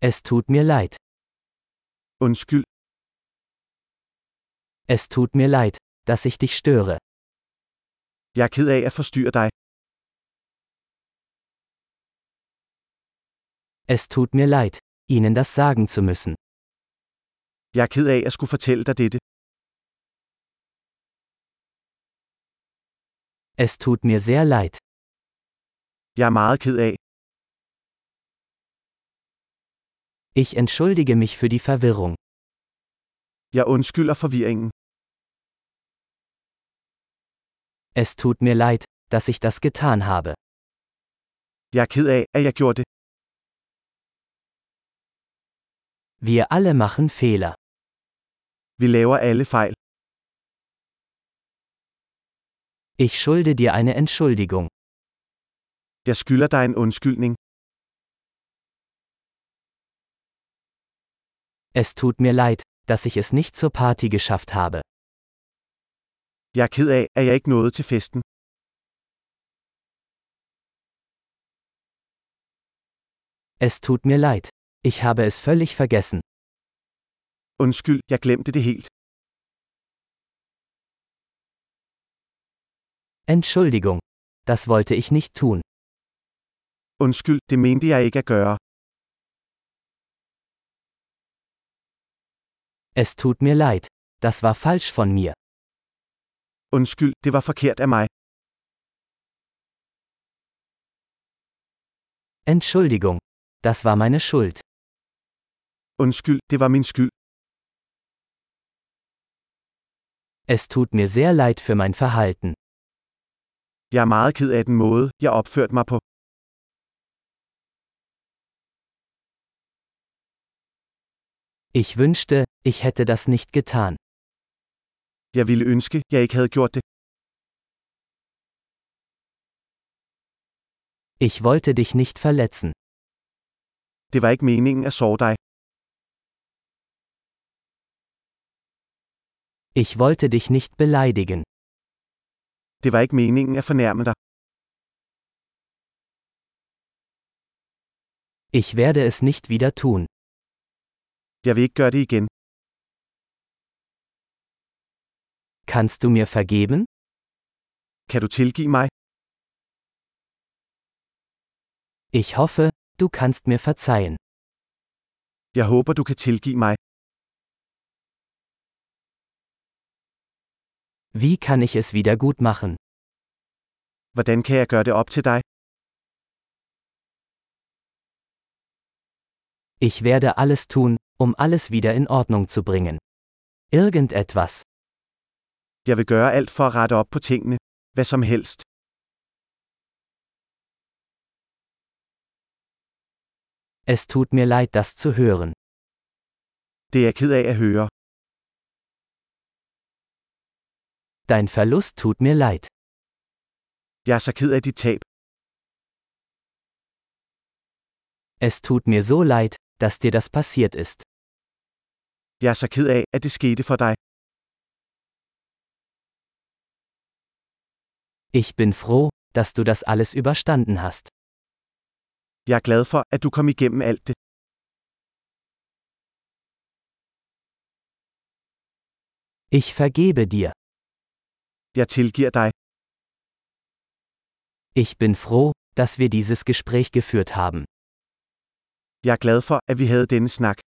Es tut mir leid. Undskyld, Es tut mir leid, dass ich dich störe. jeg er ked af at forstyrre dig. Es tut mir leid, Ihnen das sagen zu müssen. Jeg er ked af at skulle fortælle dig dette. Es tut mir sehr leid. Jeg er meget ked af. Ich entschuldige mich für die Verwirrung. Jeg undskylder forvirringen. Es tut mir leid, dass ich das getan habe. Jeg er ked af, at jeg gjorde det. Wir alle machen Fehler. Vi laver alle fejl. Ich schulde dir eine Entschuldigung. Jeg skylder dig en undskyldning. Es tut mir leid, dass ich es nicht zur Party geschafft habe. Jeg er ked af, at jeg ikke nåede til festen. Es tut mir leid. Ich habe es völlig vergessen. Undskyld, jeg glemte det helt. Entschuldigung. Das wollte ich nicht tun. Undskyld, det mente jeg ikke at gøre. Es tut mir leid. Das war falsch von mir. Undskyld, det var forkert af mig. Entschuldigung. Das war meine Schuld. Undskyld, det var min skyld. Es tut mir sehr leid für mein Verhalten. Jeg er meget ked af den måde, jeg opførte mig på. Ich wünschte, ich hätte das nicht getan. Jeg ville ønske, jeg ikke havde gjort det. Ich wollte dich nicht verletzen. Det var ikke meningen at sove dig. Ich wollte dich nicht beleidigen. Det var ikke meningen at fornærme dig. Ich werde es nicht wieder tun. Jeg vil ikke gøre det igen. Kannst du mir vergeben? Kan du tilgive mig? Ich hoffe, du kannst mir verzeihen. Jeg håber, du kan tilgive mig. Wie kann ich es wieder gut machen? Hvordan kan jeg gøre det op til dig? Ich werde alles tun, um alles wieder in Ordnung zu bringen. Irgendetwas. Jeg vil gøre alt for at rette op på tingene. Hvad som helst. Es tut mir leid, das zu hören. Det er jeg ked af at høre. Dein Verlust tut mir leid. Jeg er så ked af dit tab. Es tut mir so leid, dass dir das passiert ist. Jeg er så ked af, at det skete for dig. Ich bin froh, dass du das alles überstanden hast. Jeg er glad for, at du kom igennem alt det. Ich vergebe dir. Jeg tilgiver dig. Ich bin froh, dass wir dieses Gespräch geführt haben. Jeg er glad for, at vi havde denne snak.